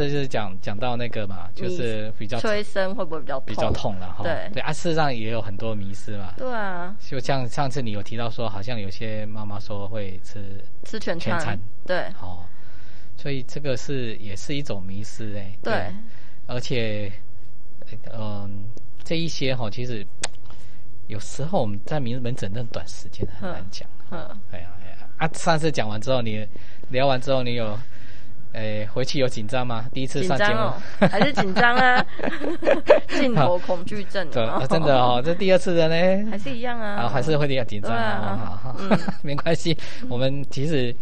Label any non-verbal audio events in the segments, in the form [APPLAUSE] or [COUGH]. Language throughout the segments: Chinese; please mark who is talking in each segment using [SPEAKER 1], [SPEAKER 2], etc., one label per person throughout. [SPEAKER 1] 这就是讲讲到那个嘛，就是比较
[SPEAKER 2] 催生会不会比较
[SPEAKER 1] 比较痛了哈。
[SPEAKER 2] 对
[SPEAKER 1] 对啊，事实上也有很多迷思嘛。
[SPEAKER 2] 对啊，
[SPEAKER 1] 就像上次你有提到说，好像有些妈妈说会吃
[SPEAKER 2] 吃全
[SPEAKER 1] 全
[SPEAKER 2] 餐，
[SPEAKER 1] 餐
[SPEAKER 2] 对
[SPEAKER 1] 哦，所以这个是也是一种迷失哎、
[SPEAKER 2] 对
[SPEAKER 1] 而且，呃嗯、这一些哈、其实有时候我们在名门诊那短时间很难讲。
[SPEAKER 2] 嗯，
[SPEAKER 1] 哎呀哎呀，啊，上次讲完之后你，聊完之后，你有，哎，回去有紧张吗？第一次
[SPEAKER 2] 紧
[SPEAKER 1] 上节
[SPEAKER 2] 张
[SPEAKER 1] 目， [LAUGHS]
[SPEAKER 2] 哦，还是紧张啊，镜头恐惧症
[SPEAKER 1] 对、
[SPEAKER 2] 哦
[SPEAKER 1] 啊，真的
[SPEAKER 2] [LAUGHS]
[SPEAKER 1] 哦，这第二次了呢
[SPEAKER 2] 还。是一样啊，
[SPEAKER 1] 啊，还是会比较紧张啊，
[SPEAKER 2] 对啊
[SPEAKER 1] 好好 [LAUGHS] 没关系，我们其实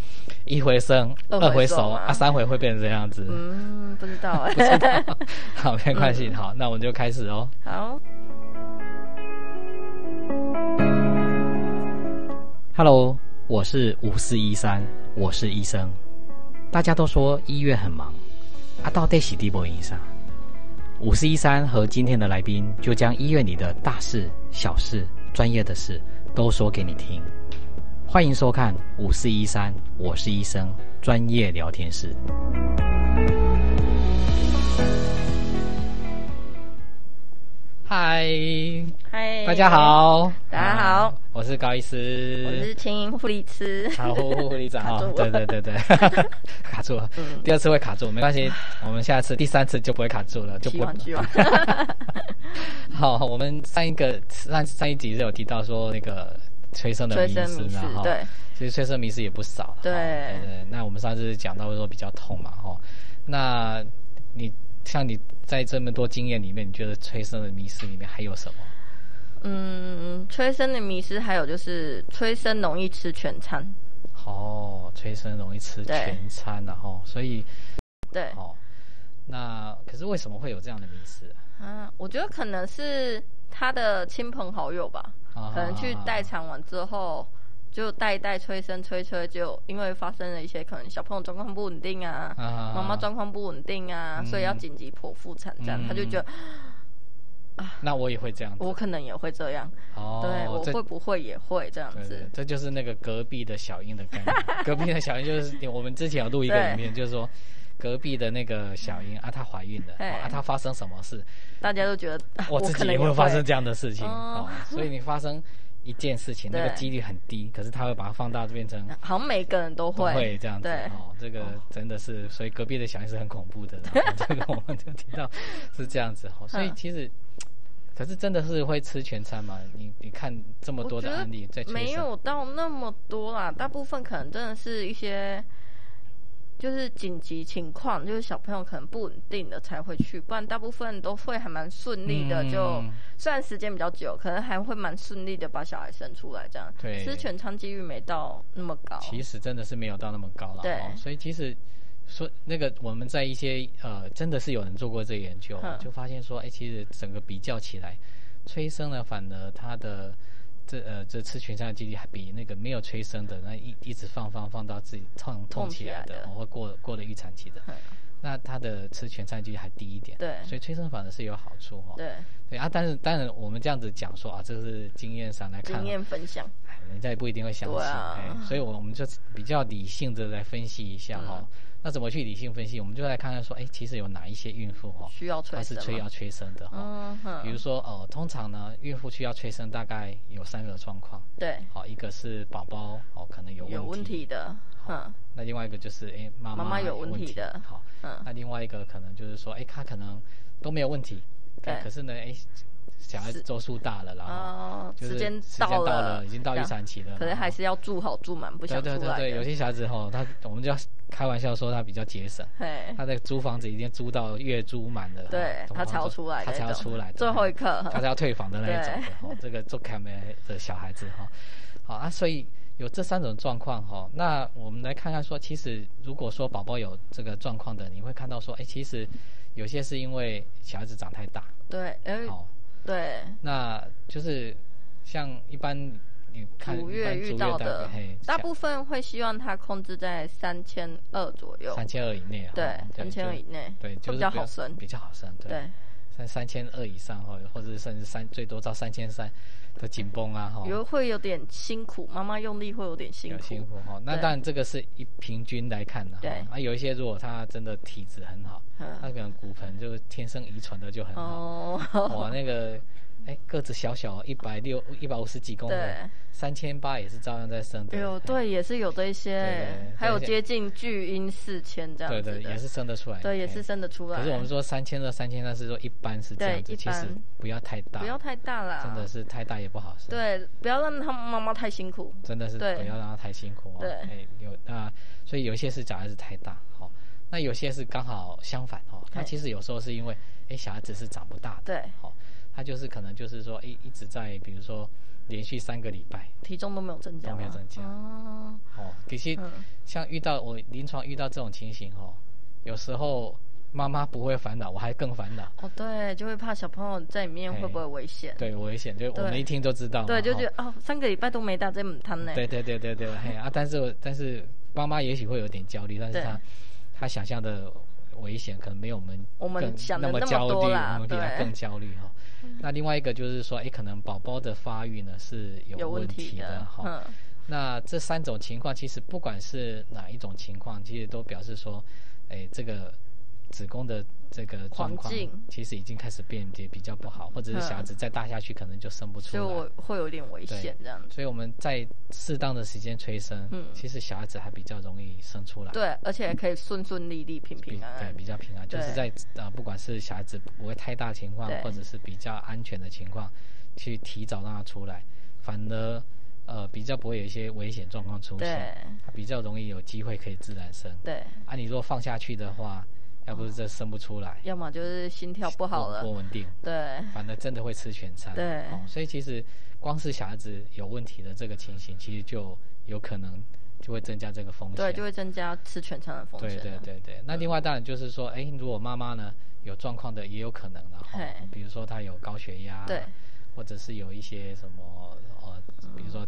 [SPEAKER 1] 一回生，
[SPEAKER 2] 二
[SPEAKER 1] 二
[SPEAKER 2] 回
[SPEAKER 1] 回
[SPEAKER 2] 熟
[SPEAKER 1] 熟
[SPEAKER 2] 嘛
[SPEAKER 1] 啊，三回会变成这样子。
[SPEAKER 2] 嗯，不知道哎、
[SPEAKER 1] 不知道， [LAUGHS] 好，没关
[SPEAKER 2] 嗯
[SPEAKER 1] 系，好，那我们就开始哦。
[SPEAKER 2] [LAUGHS] 好，
[SPEAKER 1] Hello，我是五四一三，我是医生。大家都说医院很忙，啊，到底洗地波医生？啊五四一三和今天的来宾就将医院里的大事、小事、专业的事都说给你听。欢迎收看五四一三，我是医生专业聊天室。嗨，
[SPEAKER 2] 嗨，
[SPEAKER 1] 大家，好，
[SPEAKER 2] 哎大家好
[SPEAKER 1] 啊，我是高医师，
[SPEAKER 2] 我是青音护理师，
[SPEAKER 1] 好，护护护理长
[SPEAKER 2] 卡住嗯
[SPEAKER 1] 哦，对
[SPEAKER 2] 了
[SPEAKER 1] 对对对， [LAUGHS] 卡住了，第二次会卡住，没关系，我们下次第三次就不会卡住了，就
[SPEAKER 2] 希
[SPEAKER 1] 不会
[SPEAKER 2] 望。希望，
[SPEAKER 1] 好，我们上一个上上一集是有提到说那个催生的
[SPEAKER 2] 催
[SPEAKER 1] 迷
[SPEAKER 2] 生迷
[SPEAKER 1] 思嘛，
[SPEAKER 2] 思，
[SPEAKER 1] 哈，
[SPEAKER 2] 对，
[SPEAKER 1] 其实催生迷思也不少，
[SPEAKER 2] 对
[SPEAKER 1] 哦对对。那我们上次讲到说比较痛嘛，哈，那你像你在这么多经验里面，你觉得催生的迷思里面还有什么？
[SPEAKER 2] 嗯，催生的迷失，还有就是催生容易吃全餐，
[SPEAKER 1] 哦，催生容易吃
[SPEAKER 2] 对
[SPEAKER 1] 全餐然、啊、后，所以
[SPEAKER 2] 对，
[SPEAKER 1] 哦，那可是为什么会有这样的迷思啊？
[SPEAKER 2] 啊，我觉得可能是他的亲朋好友吧，
[SPEAKER 1] 啊
[SPEAKER 2] 可能去代偿完之后，就代一代催生催催，就因为发生了一些可能小朋友状况不稳定啊，
[SPEAKER 1] 啊
[SPEAKER 2] 妈妈状况不稳定啊，所以要紧急剖腹产这样，
[SPEAKER 1] 嗯
[SPEAKER 2] 他就觉得
[SPEAKER 1] 啊那我也会这样子。
[SPEAKER 2] 我可能也会这样，
[SPEAKER 1] 哦，
[SPEAKER 2] 对我
[SPEAKER 1] 这
[SPEAKER 2] 会不会也会这样
[SPEAKER 1] 对对
[SPEAKER 2] 子，，
[SPEAKER 1] 这就是那个隔壁的小英的概
[SPEAKER 2] [LAUGHS]
[SPEAKER 1] 念。隔壁的小英就是我们之前有录一个
[SPEAKER 2] 对
[SPEAKER 1] 影片，就是说隔壁的那个小英啊，她怀孕了，
[SPEAKER 2] 对
[SPEAKER 1] 哦啊，她发生什么
[SPEAKER 2] [LAUGHS]
[SPEAKER 1] 事，
[SPEAKER 2] 大家都觉得、啊、
[SPEAKER 1] 我自
[SPEAKER 2] 可
[SPEAKER 1] 己
[SPEAKER 2] 能
[SPEAKER 1] 也会
[SPEAKER 2] 会
[SPEAKER 1] 发生这样的事情哦。
[SPEAKER 2] 哦
[SPEAKER 1] 所以你发生一件事情，那
[SPEAKER 2] 对
[SPEAKER 1] 个几率很低，可是她会把它放大，变成
[SPEAKER 2] 好像每个人都
[SPEAKER 1] 不
[SPEAKER 2] 会
[SPEAKER 1] 会这样子
[SPEAKER 2] 对，
[SPEAKER 1] 哦，这个真的是，所以隔壁的小孩是很恐怖的，
[SPEAKER 2] [LAUGHS]
[SPEAKER 1] 然后这个我们就听到是这样子哦，所以
[SPEAKER 2] 嗯
[SPEAKER 1] 其实，可是真的是会吃全餐嘛？你你看这么多
[SPEAKER 2] 我觉
[SPEAKER 1] 的
[SPEAKER 2] 得
[SPEAKER 1] 案例在
[SPEAKER 2] 没有到那么多啦，大部分可能真的是一些就是紧急情况，就是小朋友可能不稳定的才会去，不然大部分都会还蛮顺利的。
[SPEAKER 1] 嗯
[SPEAKER 2] 就虽然时间比较久，可能还会蛮顺利的把小孩生出来这样。
[SPEAKER 1] 对
[SPEAKER 2] 其实全餐几率没到那么高。
[SPEAKER 1] 其实真的是没有到那么高了，
[SPEAKER 2] 对
[SPEAKER 1] 哦，所以其实说那个我们在一些呃，真的是有人做过这个研究
[SPEAKER 2] 嗯，
[SPEAKER 1] 就发现说，哎、其实整个比较起来，催生呢，反而它的这呃这吃全餐的几率还比那个没有催生的那一一直放放放到自己痛
[SPEAKER 2] 痛
[SPEAKER 1] 痛
[SPEAKER 2] 起
[SPEAKER 1] 起
[SPEAKER 2] 来
[SPEAKER 1] 来的，
[SPEAKER 2] 的
[SPEAKER 1] 哦或过过了预产期的
[SPEAKER 2] 嗯，
[SPEAKER 1] 那它的吃全餐几率还低一点，
[SPEAKER 2] 对
[SPEAKER 1] 所以催生反而是有好处哦，
[SPEAKER 2] 对
[SPEAKER 1] 对啊，但是当然我们这样子讲说啊，这是经验上来看
[SPEAKER 2] 经
[SPEAKER 1] 哦，
[SPEAKER 2] 验分享，
[SPEAKER 1] 哎人家也不一定会相信，
[SPEAKER 2] 对啊
[SPEAKER 1] 哎所以我们就比较理性的来分析一
[SPEAKER 2] 嗯
[SPEAKER 1] 下哈、那怎么去理性分析？我们就来看看说，哎，其实有哪一些孕妇哈、哦，
[SPEAKER 2] 需要催
[SPEAKER 1] 她是
[SPEAKER 2] 生
[SPEAKER 1] 催
[SPEAKER 2] 吗
[SPEAKER 1] 要催生的哈、
[SPEAKER 2] 嗯
[SPEAKER 1] 比
[SPEAKER 2] 哼，
[SPEAKER 1] 如说哦、呃通常呢，孕妇需要催生大概有三个状况，
[SPEAKER 2] 对，
[SPEAKER 1] 好、一个是宝宝哦可能有
[SPEAKER 2] 有问题的，嗯
[SPEAKER 1] 那另外一个就是哎妈
[SPEAKER 2] 妈妈有问
[SPEAKER 1] 问
[SPEAKER 2] 题的
[SPEAKER 1] 好、
[SPEAKER 2] 嗯
[SPEAKER 1] 那另外一个可能就是说，哎，她可能都没有问题，
[SPEAKER 2] 对
[SPEAKER 1] 哎可是呢，哎，小孩子周数大了啦，哦
[SPEAKER 2] 哦，
[SPEAKER 1] 就是
[SPEAKER 2] 时间
[SPEAKER 1] 时间
[SPEAKER 2] 到
[SPEAKER 1] 到了，已经到
[SPEAKER 2] 这
[SPEAKER 1] 预
[SPEAKER 2] 样
[SPEAKER 1] 产期了啦，
[SPEAKER 2] 可能还是要住好住满，不
[SPEAKER 1] 对
[SPEAKER 2] 想出
[SPEAKER 1] 对
[SPEAKER 2] 来
[SPEAKER 1] 对
[SPEAKER 2] 的。
[SPEAKER 1] 对，有些小孩子吼，他我们就要开玩笑说他比较节省，
[SPEAKER 2] 嘿，
[SPEAKER 1] 他的租房子已经租到月租满了，
[SPEAKER 2] 嗯对
[SPEAKER 1] 哦
[SPEAKER 2] 他才要出来
[SPEAKER 1] 他
[SPEAKER 2] 那
[SPEAKER 1] 才要
[SPEAKER 2] 种
[SPEAKER 1] 出来的，
[SPEAKER 2] 最后一刻
[SPEAKER 1] 他才要退房的那一种的，哦，这个做开门的小孩子哈，好啊，所以有这三种状况哈，那我们来看看说，其实如果说宝宝有这个状况的，你会看到说，哎，其实有些是因为小孩子长太大，
[SPEAKER 2] 对，因为
[SPEAKER 1] 哦，
[SPEAKER 2] 对
[SPEAKER 1] 那就是像一般你看
[SPEAKER 2] 五
[SPEAKER 1] 一
[SPEAKER 2] 月
[SPEAKER 1] 般足
[SPEAKER 2] 遇
[SPEAKER 1] 月
[SPEAKER 2] 到
[SPEAKER 1] 大
[SPEAKER 2] 的
[SPEAKER 1] 概嘿，
[SPEAKER 2] 大部分会希望它控制在三千二左右，
[SPEAKER 1] 三千二以内啊，
[SPEAKER 2] 对
[SPEAKER 1] 哦，
[SPEAKER 2] 三千二以，内，
[SPEAKER 1] 对，就是
[SPEAKER 2] 会比较
[SPEAKER 1] 不要
[SPEAKER 2] 好生，
[SPEAKER 1] 比较好生，对，
[SPEAKER 2] 对，
[SPEAKER 1] 三三千二以上哈，或者甚至三最多到三千三的紧绷啊哈，
[SPEAKER 2] 有会有点辛苦，妈妈用力会有点辛
[SPEAKER 1] 有
[SPEAKER 2] 苦，
[SPEAKER 1] 辛苦哈。那
[SPEAKER 2] 对
[SPEAKER 1] 当然这个是一平均来看的哈
[SPEAKER 2] 对。
[SPEAKER 1] 啊，有一些如果他真的体质很好，
[SPEAKER 2] 嗯
[SPEAKER 1] 他可能骨盆就是天生遗传的就很好，
[SPEAKER 2] 哦，
[SPEAKER 1] 哇，那个，哎，个子小小，一百六、一百五十几公分
[SPEAKER 2] 对，
[SPEAKER 1] 三千八也是照样在生的。
[SPEAKER 2] 有对，也是有这一
[SPEAKER 1] 对
[SPEAKER 2] 些
[SPEAKER 1] 对，
[SPEAKER 2] 还有
[SPEAKER 1] 对
[SPEAKER 2] 接近巨婴四千这样
[SPEAKER 1] 对
[SPEAKER 2] 子
[SPEAKER 1] 对，
[SPEAKER 2] 的，
[SPEAKER 1] 也是生得出来。
[SPEAKER 2] 对，也是
[SPEAKER 1] 哎。
[SPEAKER 2] 生得出来。
[SPEAKER 1] 可是我们说三千二、三千三是说一般是这样子，
[SPEAKER 2] 对一
[SPEAKER 1] 其
[SPEAKER 2] 般
[SPEAKER 1] 实不要太大，
[SPEAKER 2] 不要太大啦，
[SPEAKER 1] 真的是太大也不好生。，
[SPEAKER 2] 对，不要让他妈妈太辛苦。
[SPEAKER 1] 真的是不
[SPEAKER 2] 对
[SPEAKER 1] 要让它太辛苦哦。
[SPEAKER 2] 对
[SPEAKER 1] 哎，有那所以有一些是小孩子太大，好，那有些是刚好相反哦。他
[SPEAKER 2] 对
[SPEAKER 1] 其实有时候是因为，哎，小孩子是长不大的，
[SPEAKER 2] 对，
[SPEAKER 1] 好，他就是可能就是说，哎一一直在比如说连续三个礼拜。
[SPEAKER 2] 体重都没有增加吗，
[SPEAKER 1] 都没有增加
[SPEAKER 2] 哦，
[SPEAKER 1] 哦，可惜
[SPEAKER 2] 嗯
[SPEAKER 1] 像遇到我临床遇到这种情形哦，有时候妈妈不会烦恼，我还更烦恼。
[SPEAKER 2] 哦，对，就会怕小朋友在里面会不会危险？
[SPEAKER 1] 对，危险，就我
[SPEAKER 2] 对
[SPEAKER 1] 们一听就知道嘛。
[SPEAKER 2] 对，就觉
[SPEAKER 1] 哦
[SPEAKER 2] 得哦，三个礼拜都没打这母汤呢。
[SPEAKER 1] 对对对对对，嘿啊！但是我但是妈妈也许会有点焦虑，但是
[SPEAKER 2] 对
[SPEAKER 1] 她她想象的危险可能没有我们
[SPEAKER 2] 我们
[SPEAKER 1] 更
[SPEAKER 2] 想
[SPEAKER 1] 那
[SPEAKER 2] 的
[SPEAKER 1] 么
[SPEAKER 2] 那么
[SPEAKER 1] 焦虑，
[SPEAKER 2] 多啦
[SPEAKER 1] 我们比她
[SPEAKER 2] 对嗯
[SPEAKER 1] 更焦虑哈。 [LAUGHS] 那另外一个就是说，哎，可能宝宝的发育呢是
[SPEAKER 2] 有
[SPEAKER 1] 问
[SPEAKER 2] 问题
[SPEAKER 1] 的哈。
[SPEAKER 2] 嗯，
[SPEAKER 1] 那这三种情况，其实不管是哪一种情况，其实都表示说，哎，这个子宫的这个状况
[SPEAKER 2] 环境，嗯
[SPEAKER 1] 其实已经开始变得比较不好，或者是小孩子再大下去，可能就生不出
[SPEAKER 2] 所以
[SPEAKER 1] 来。
[SPEAKER 2] 我会有点危险这样子。
[SPEAKER 1] 所以我们在适当的时间催生，
[SPEAKER 2] 嗯
[SPEAKER 1] 其实小孩子还比较容易生出来，
[SPEAKER 2] 对，而且可以顺顺利利、平
[SPEAKER 1] 比
[SPEAKER 2] 平安
[SPEAKER 1] 对
[SPEAKER 2] 安
[SPEAKER 1] 比。较平安，就是在
[SPEAKER 2] 对
[SPEAKER 1] 呃不管是小孩子不会太大情况
[SPEAKER 2] 对，
[SPEAKER 1] 或者是比较安全的情况，去提早让他出来，反而呃比较不会有一些危险状况出现
[SPEAKER 2] 对，
[SPEAKER 1] 他比较容易有机会可以自然生。
[SPEAKER 2] 对，
[SPEAKER 1] 啊，你如果放下去的话，要不是这生不出来，
[SPEAKER 2] 要么就是心跳不好了
[SPEAKER 1] 不，稳定。
[SPEAKER 2] 对
[SPEAKER 1] 反而真的会吃全餐。
[SPEAKER 2] 对
[SPEAKER 1] 哦，所以其实光是小孩子有问题的这个情形，其实就有可能就会增加这个风险。
[SPEAKER 2] 对，就会增加吃全餐的风
[SPEAKER 1] 对
[SPEAKER 2] 险。
[SPEAKER 1] 对对对。那另外当然就是说，哎，如果妈妈呢有状况的，也有可能的哈、
[SPEAKER 2] 嘿
[SPEAKER 1] 哦，比如说她有高血压，
[SPEAKER 2] 对，
[SPEAKER 1] 或者是有一些什么呃，比如说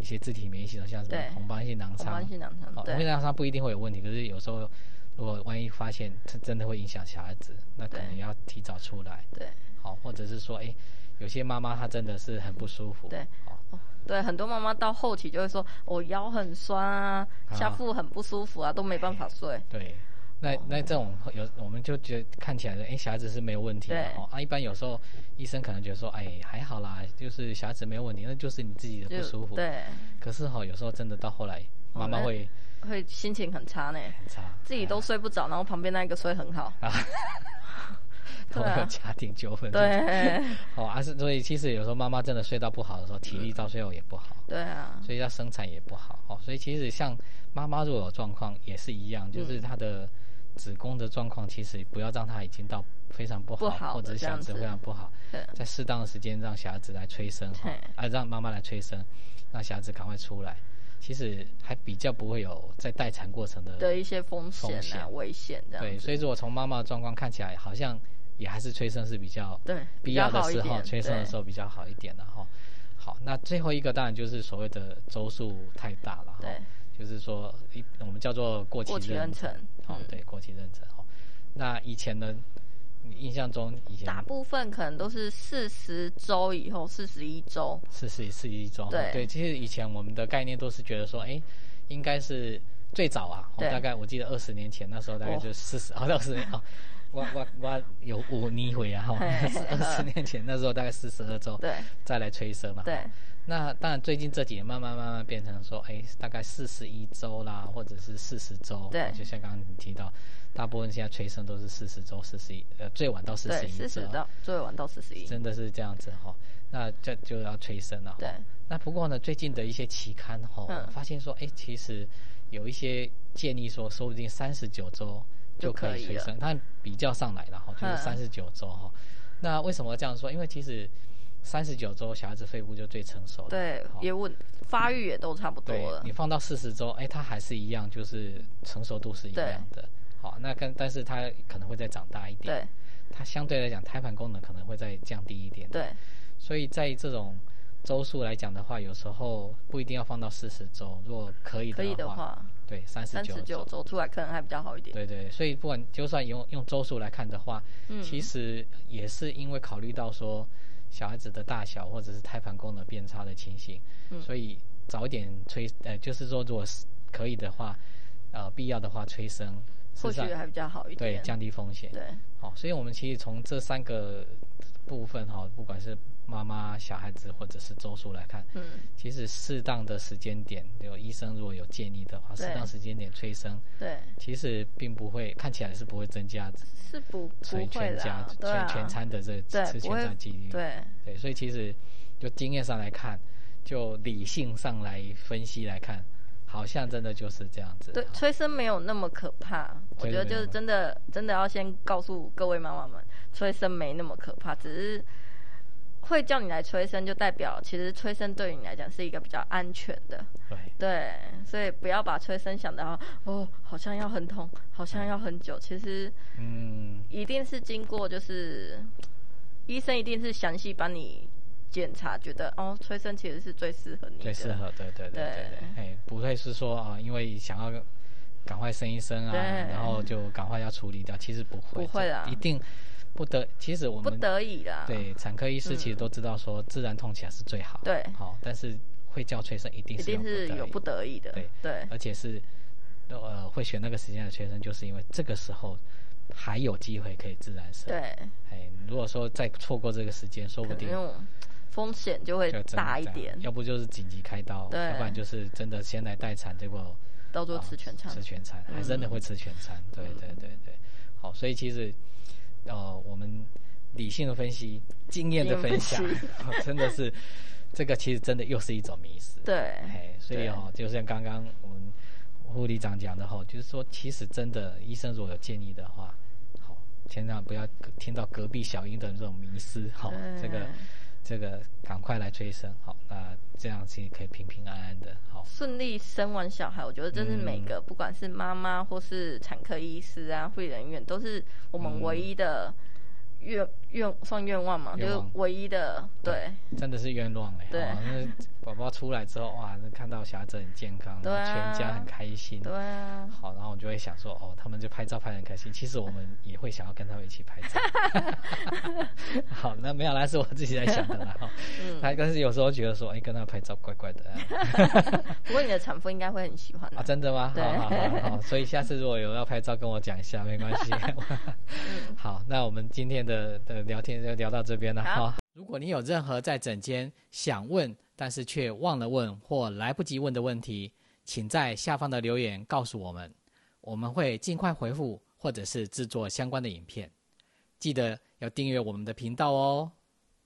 [SPEAKER 1] 一些自体免疫系统，像什么
[SPEAKER 2] 对
[SPEAKER 1] 红斑性狼
[SPEAKER 2] 红
[SPEAKER 1] 疮
[SPEAKER 2] 斑，性狼疮
[SPEAKER 1] 哦，
[SPEAKER 2] 对
[SPEAKER 1] 因为让他不一定会有问题，可是有时候如果万一发现，这真的会影响小孩子，那可
[SPEAKER 2] 对
[SPEAKER 1] 能要提早出来。
[SPEAKER 2] 对
[SPEAKER 1] 好，或者是说，哎、有些妈妈她真的是很不舒服，
[SPEAKER 2] 对
[SPEAKER 1] 好，
[SPEAKER 2] 哦对，很多妈妈到后期就会说，我、腰很酸啊，
[SPEAKER 1] 啊
[SPEAKER 2] 下腹很不舒服啊，都没办法睡。
[SPEAKER 1] 对，
[SPEAKER 2] 哦
[SPEAKER 1] 那那这种有，我们就觉得看起来，哎、小孩子是没有问题的
[SPEAKER 2] 对
[SPEAKER 1] 哦。啊，一般有时候医生可能觉得说，哎、还好啦，就是小孩子没有问题，那就是你自己的
[SPEAKER 2] 就
[SPEAKER 1] 不舒服。，
[SPEAKER 2] 对，哦
[SPEAKER 1] 可是哈、有时候真的到后来，妈妈
[SPEAKER 2] 那
[SPEAKER 1] 会
[SPEAKER 2] 会心情很差呢，
[SPEAKER 1] 很差，
[SPEAKER 2] 自己都睡不着，然后旁边那一个睡很好。
[SPEAKER 1] 啊，都
[SPEAKER 2] [LAUGHS] 对啊
[SPEAKER 1] 会有家庭纠纷。
[SPEAKER 2] 对
[SPEAKER 1] 哦，啊是，所以其实有时候妈妈真的睡到不好的时候，体力
[SPEAKER 2] 嗯
[SPEAKER 1] 到最后也不好。
[SPEAKER 2] 对啊，
[SPEAKER 1] 所以要生产也不好哦。所以其实像妈妈如果有状况也是一样，
[SPEAKER 2] 嗯
[SPEAKER 1] 就是她的子宫的状况，其实不要让她已经到非常不好，
[SPEAKER 2] 不好
[SPEAKER 1] 或者是
[SPEAKER 2] 这
[SPEAKER 1] 小
[SPEAKER 2] 样
[SPEAKER 1] 子
[SPEAKER 2] 子
[SPEAKER 1] 非常不好，
[SPEAKER 2] 对
[SPEAKER 1] 在适当的时间让小孩子来催生哈
[SPEAKER 2] 嘿，
[SPEAKER 1] 啊，让妈妈来催生，让小孩子赶快出来，其实还比较不会有在待产过程的
[SPEAKER 2] 的一些风险
[SPEAKER 1] 风
[SPEAKER 2] 啊、
[SPEAKER 1] 险
[SPEAKER 2] 危险这
[SPEAKER 1] 对。
[SPEAKER 2] 样子。
[SPEAKER 1] 所以如果从妈妈的状况看起来，好像也还是催生是比较
[SPEAKER 2] 对，
[SPEAKER 1] 必
[SPEAKER 2] 比
[SPEAKER 1] 要
[SPEAKER 2] 较
[SPEAKER 1] 的
[SPEAKER 2] 好一
[SPEAKER 1] 时候
[SPEAKER 2] 点。
[SPEAKER 1] 催生的时
[SPEAKER 2] 候，
[SPEAKER 1] 候比较好一点了哈。好，那最后一个当然就是所谓的周数太大了哈
[SPEAKER 2] 对，
[SPEAKER 1] 就是说一我们叫做过期
[SPEAKER 2] 过期嗯
[SPEAKER 1] 娠
[SPEAKER 2] 妊娠，
[SPEAKER 1] 哦，对，过期妊娠哦。那以前呢，你印象中以前
[SPEAKER 2] 大部分可能都是四十周以后，四十一周。
[SPEAKER 1] 是是是一周，
[SPEAKER 2] 对
[SPEAKER 1] 对，其实以前我们的概念都是觉得说，哎，应该是最早啊，哦
[SPEAKER 2] 对
[SPEAKER 1] 大概我记得二十年前那时候大概就四十，哦，二 [LAUGHS] 十年哦。我我我有五逆回啊哈，
[SPEAKER 2] 嘿
[SPEAKER 1] [LAUGHS] 二十年前那时候大概四十二周，
[SPEAKER 2] 对
[SPEAKER 1] 再来催生了。
[SPEAKER 2] 对
[SPEAKER 1] 那当然，最近这几年慢慢慢慢变成说，哎，大概四十一周啦，或者是四十周，啊
[SPEAKER 2] 对
[SPEAKER 1] 就像刚刚你提到，大部分现在催生都是四十周、四十一，呃，最晚到四十
[SPEAKER 2] 对，
[SPEAKER 1] 一
[SPEAKER 2] 四十到最晚到四十一。
[SPEAKER 1] 真的是这样子哈、那这就要催生了、
[SPEAKER 2] 对。
[SPEAKER 1] 那不过呢，最近的一些期刊哈、
[SPEAKER 2] 嗯
[SPEAKER 1] 我发现说，哎，其实有一些建议说，说不定三十九周就
[SPEAKER 2] 就
[SPEAKER 1] 可
[SPEAKER 2] 可
[SPEAKER 1] 以
[SPEAKER 2] 以
[SPEAKER 1] 催生，它比较上来了哈、就是三
[SPEAKER 2] 嗯
[SPEAKER 1] 十九周哈、那为什么这样说？因为其实三十九周小孩子肺部就最成熟了，
[SPEAKER 2] 对
[SPEAKER 1] 好，
[SPEAKER 2] 也稳，发育也都差不多
[SPEAKER 1] 对
[SPEAKER 2] 了
[SPEAKER 1] 你。放到四十周，哎，它还是一样，就是成熟度是一
[SPEAKER 2] 对
[SPEAKER 1] 样的。好，那跟但是它可能会再长大一点，
[SPEAKER 2] 对
[SPEAKER 1] 它相对来讲胎盘功能可能会再降低一点。，
[SPEAKER 2] 对
[SPEAKER 1] 所以在这种周数来讲的话，有时候不一定要放到四十周，如果可以
[SPEAKER 2] 可以
[SPEAKER 1] 的
[SPEAKER 2] 的
[SPEAKER 1] 话，
[SPEAKER 2] 话
[SPEAKER 1] 对，三十
[SPEAKER 2] 三
[SPEAKER 1] 九
[SPEAKER 2] 十九周出来可能还比较好一点。
[SPEAKER 1] 对对，所以不管就算用用周数来看的话，
[SPEAKER 2] 嗯
[SPEAKER 1] 其实也是因为考虑到说小孩子的大小或者是胎盘功能变差的情形，
[SPEAKER 2] 嗯
[SPEAKER 1] 所以早点催呃，就是说如果是可以的话，呃，必要的话催生，
[SPEAKER 2] 或
[SPEAKER 1] 事
[SPEAKER 2] 许
[SPEAKER 1] 实上
[SPEAKER 2] 还比较好一
[SPEAKER 1] 对
[SPEAKER 2] 点。
[SPEAKER 1] 降低风险。
[SPEAKER 2] 对
[SPEAKER 1] 好，所以我们其实从这三个部分哈，不管是妈妈、小孩子或者是周数来看，
[SPEAKER 2] 嗯，
[SPEAKER 1] 其实适当的时间点，有医生如果有建议的话，适
[SPEAKER 2] 对
[SPEAKER 1] 当时间点催生，
[SPEAKER 2] 对，
[SPEAKER 1] 其实并不会看起来是不会增加
[SPEAKER 2] 是不不
[SPEAKER 1] 全
[SPEAKER 2] 会
[SPEAKER 1] 全家、
[SPEAKER 2] 啦，对
[SPEAKER 1] 全
[SPEAKER 2] 啊，
[SPEAKER 1] 全餐的这
[SPEAKER 2] 对
[SPEAKER 1] 吃全
[SPEAKER 2] 不会
[SPEAKER 1] 餐的几率。
[SPEAKER 2] 对
[SPEAKER 1] 对，所以其实就经验上来看，就理性上来分析来看，好像真的就是这样子。
[SPEAKER 2] 对，催生没有那么可怕。我
[SPEAKER 1] 催
[SPEAKER 2] 觉
[SPEAKER 1] 生
[SPEAKER 2] 得
[SPEAKER 1] 没有
[SPEAKER 2] 就是
[SPEAKER 1] 那么
[SPEAKER 2] 真的真的要先告诉各位妈妈们，催生没那么可怕，只是会叫你来催生，就代表其实催生对你来讲是一个比较安全的。
[SPEAKER 1] 对
[SPEAKER 2] 对，所以不要把催生想到哦，好像要很痛，好像要很久。其实
[SPEAKER 1] 嗯，
[SPEAKER 2] 一定是经过，就是医生一定是详细帮你检查，觉得哦，催生其实是最适合你的。
[SPEAKER 1] 最适合，对对对对对，哎，不会是说啊，因为想要赶快生一生啊，
[SPEAKER 2] 对
[SPEAKER 1] 然后就赶快要处理掉，其实不会，
[SPEAKER 2] 不会
[SPEAKER 1] 这
[SPEAKER 2] 啦
[SPEAKER 1] 一定不得。其实我
[SPEAKER 2] 不
[SPEAKER 1] 们
[SPEAKER 2] 得已啦。
[SPEAKER 1] 对产科医师其实都知道说，自然痛起来是最好，
[SPEAKER 2] 嗯对
[SPEAKER 1] 好，但是会叫催生一定
[SPEAKER 2] 一
[SPEAKER 1] 是
[SPEAKER 2] 定是有
[SPEAKER 1] 有
[SPEAKER 2] 不
[SPEAKER 1] 不得
[SPEAKER 2] 得已的。
[SPEAKER 1] 对已，而且是呃会选那个时间的催生，就是因为这个时候还有机会可以自然生，，
[SPEAKER 2] 对，
[SPEAKER 1] 哎，如果说再错过这个时间，说不
[SPEAKER 2] 可
[SPEAKER 1] 定
[SPEAKER 2] 能那种风险就会
[SPEAKER 1] 就真的
[SPEAKER 2] 大一
[SPEAKER 1] 这样
[SPEAKER 2] 点，
[SPEAKER 1] 要不就是紧急开刀，
[SPEAKER 2] 对
[SPEAKER 1] 要不然就是真的先来待产，结果
[SPEAKER 2] 到时候
[SPEAKER 1] 啊
[SPEAKER 2] 吃全餐嗯
[SPEAKER 1] 吃。全餐，还真的会吃全餐，对对对对，好，所以其实呃，我们理性的分析，经验的分享
[SPEAKER 2] 经验分，
[SPEAKER 1] [LAUGHS] 真的是这个其实真的又是一种迷失，
[SPEAKER 2] 对
[SPEAKER 1] 哎，所以
[SPEAKER 2] 对
[SPEAKER 1] 哦，就像刚刚我们护理长讲的哈，就是说，其实真的医生如果有建议的话，好，千万不要听到隔壁小英的这种迷失，好，
[SPEAKER 2] 对
[SPEAKER 1] 这个这个赶快来催生，好，那这样其实可以平平安安的，好，
[SPEAKER 2] 顺利生完小孩，我觉得这是
[SPEAKER 1] 嗯
[SPEAKER 2] 每个、不管是妈妈或是产科医师啊、护理人员，都是
[SPEAKER 1] 嗯
[SPEAKER 2] 我们唯一的愿愿、算愿望嘛，就
[SPEAKER 1] 愿
[SPEAKER 2] 是
[SPEAKER 1] 望
[SPEAKER 2] 唯一的对
[SPEAKER 1] 真的是冤枉哎、
[SPEAKER 2] 对
[SPEAKER 1] 好那宝宝出来之后，哇，那看到小孩子很健康，
[SPEAKER 2] 对
[SPEAKER 1] 然后
[SPEAKER 2] 啊
[SPEAKER 1] 全家很开心，
[SPEAKER 2] 对啊，
[SPEAKER 1] 好，然后我就会想说，哦，他们就拍照拍得很开心。其实我们也会想要跟他们一起拍
[SPEAKER 2] [LAUGHS]
[SPEAKER 1] 照。好，那没有啦，是我自己在想的啦。哈
[SPEAKER 2] 嗯
[SPEAKER 1] 他、但是有时候觉得说，哎、跟他拍照怪怪的啊
[SPEAKER 2] 不过你的产妇应该会很喜欢 [LAUGHS] 的、
[SPEAKER 1] 啊，真的吗？
[SPEAKER 2] 对
[SPEAKER 1] 好好好好，所以下次如果有要拍照，跟我讲一下，没
[SPEAKER 2] [LAUGHS]
[SPEAKER 1] 关系。 [LAUGHS] 好，那我们今天的的聊天就聊到这边了
[SPEAKER 2] 好
[SPEAKER 1] 哈。如果你有任何在诊间想问，但是却忘了问或来不及问的问题，请在下方的留言告诉我们，我们会尽快回复或者是制作相关的影片。记得要订阅我们的频道哦。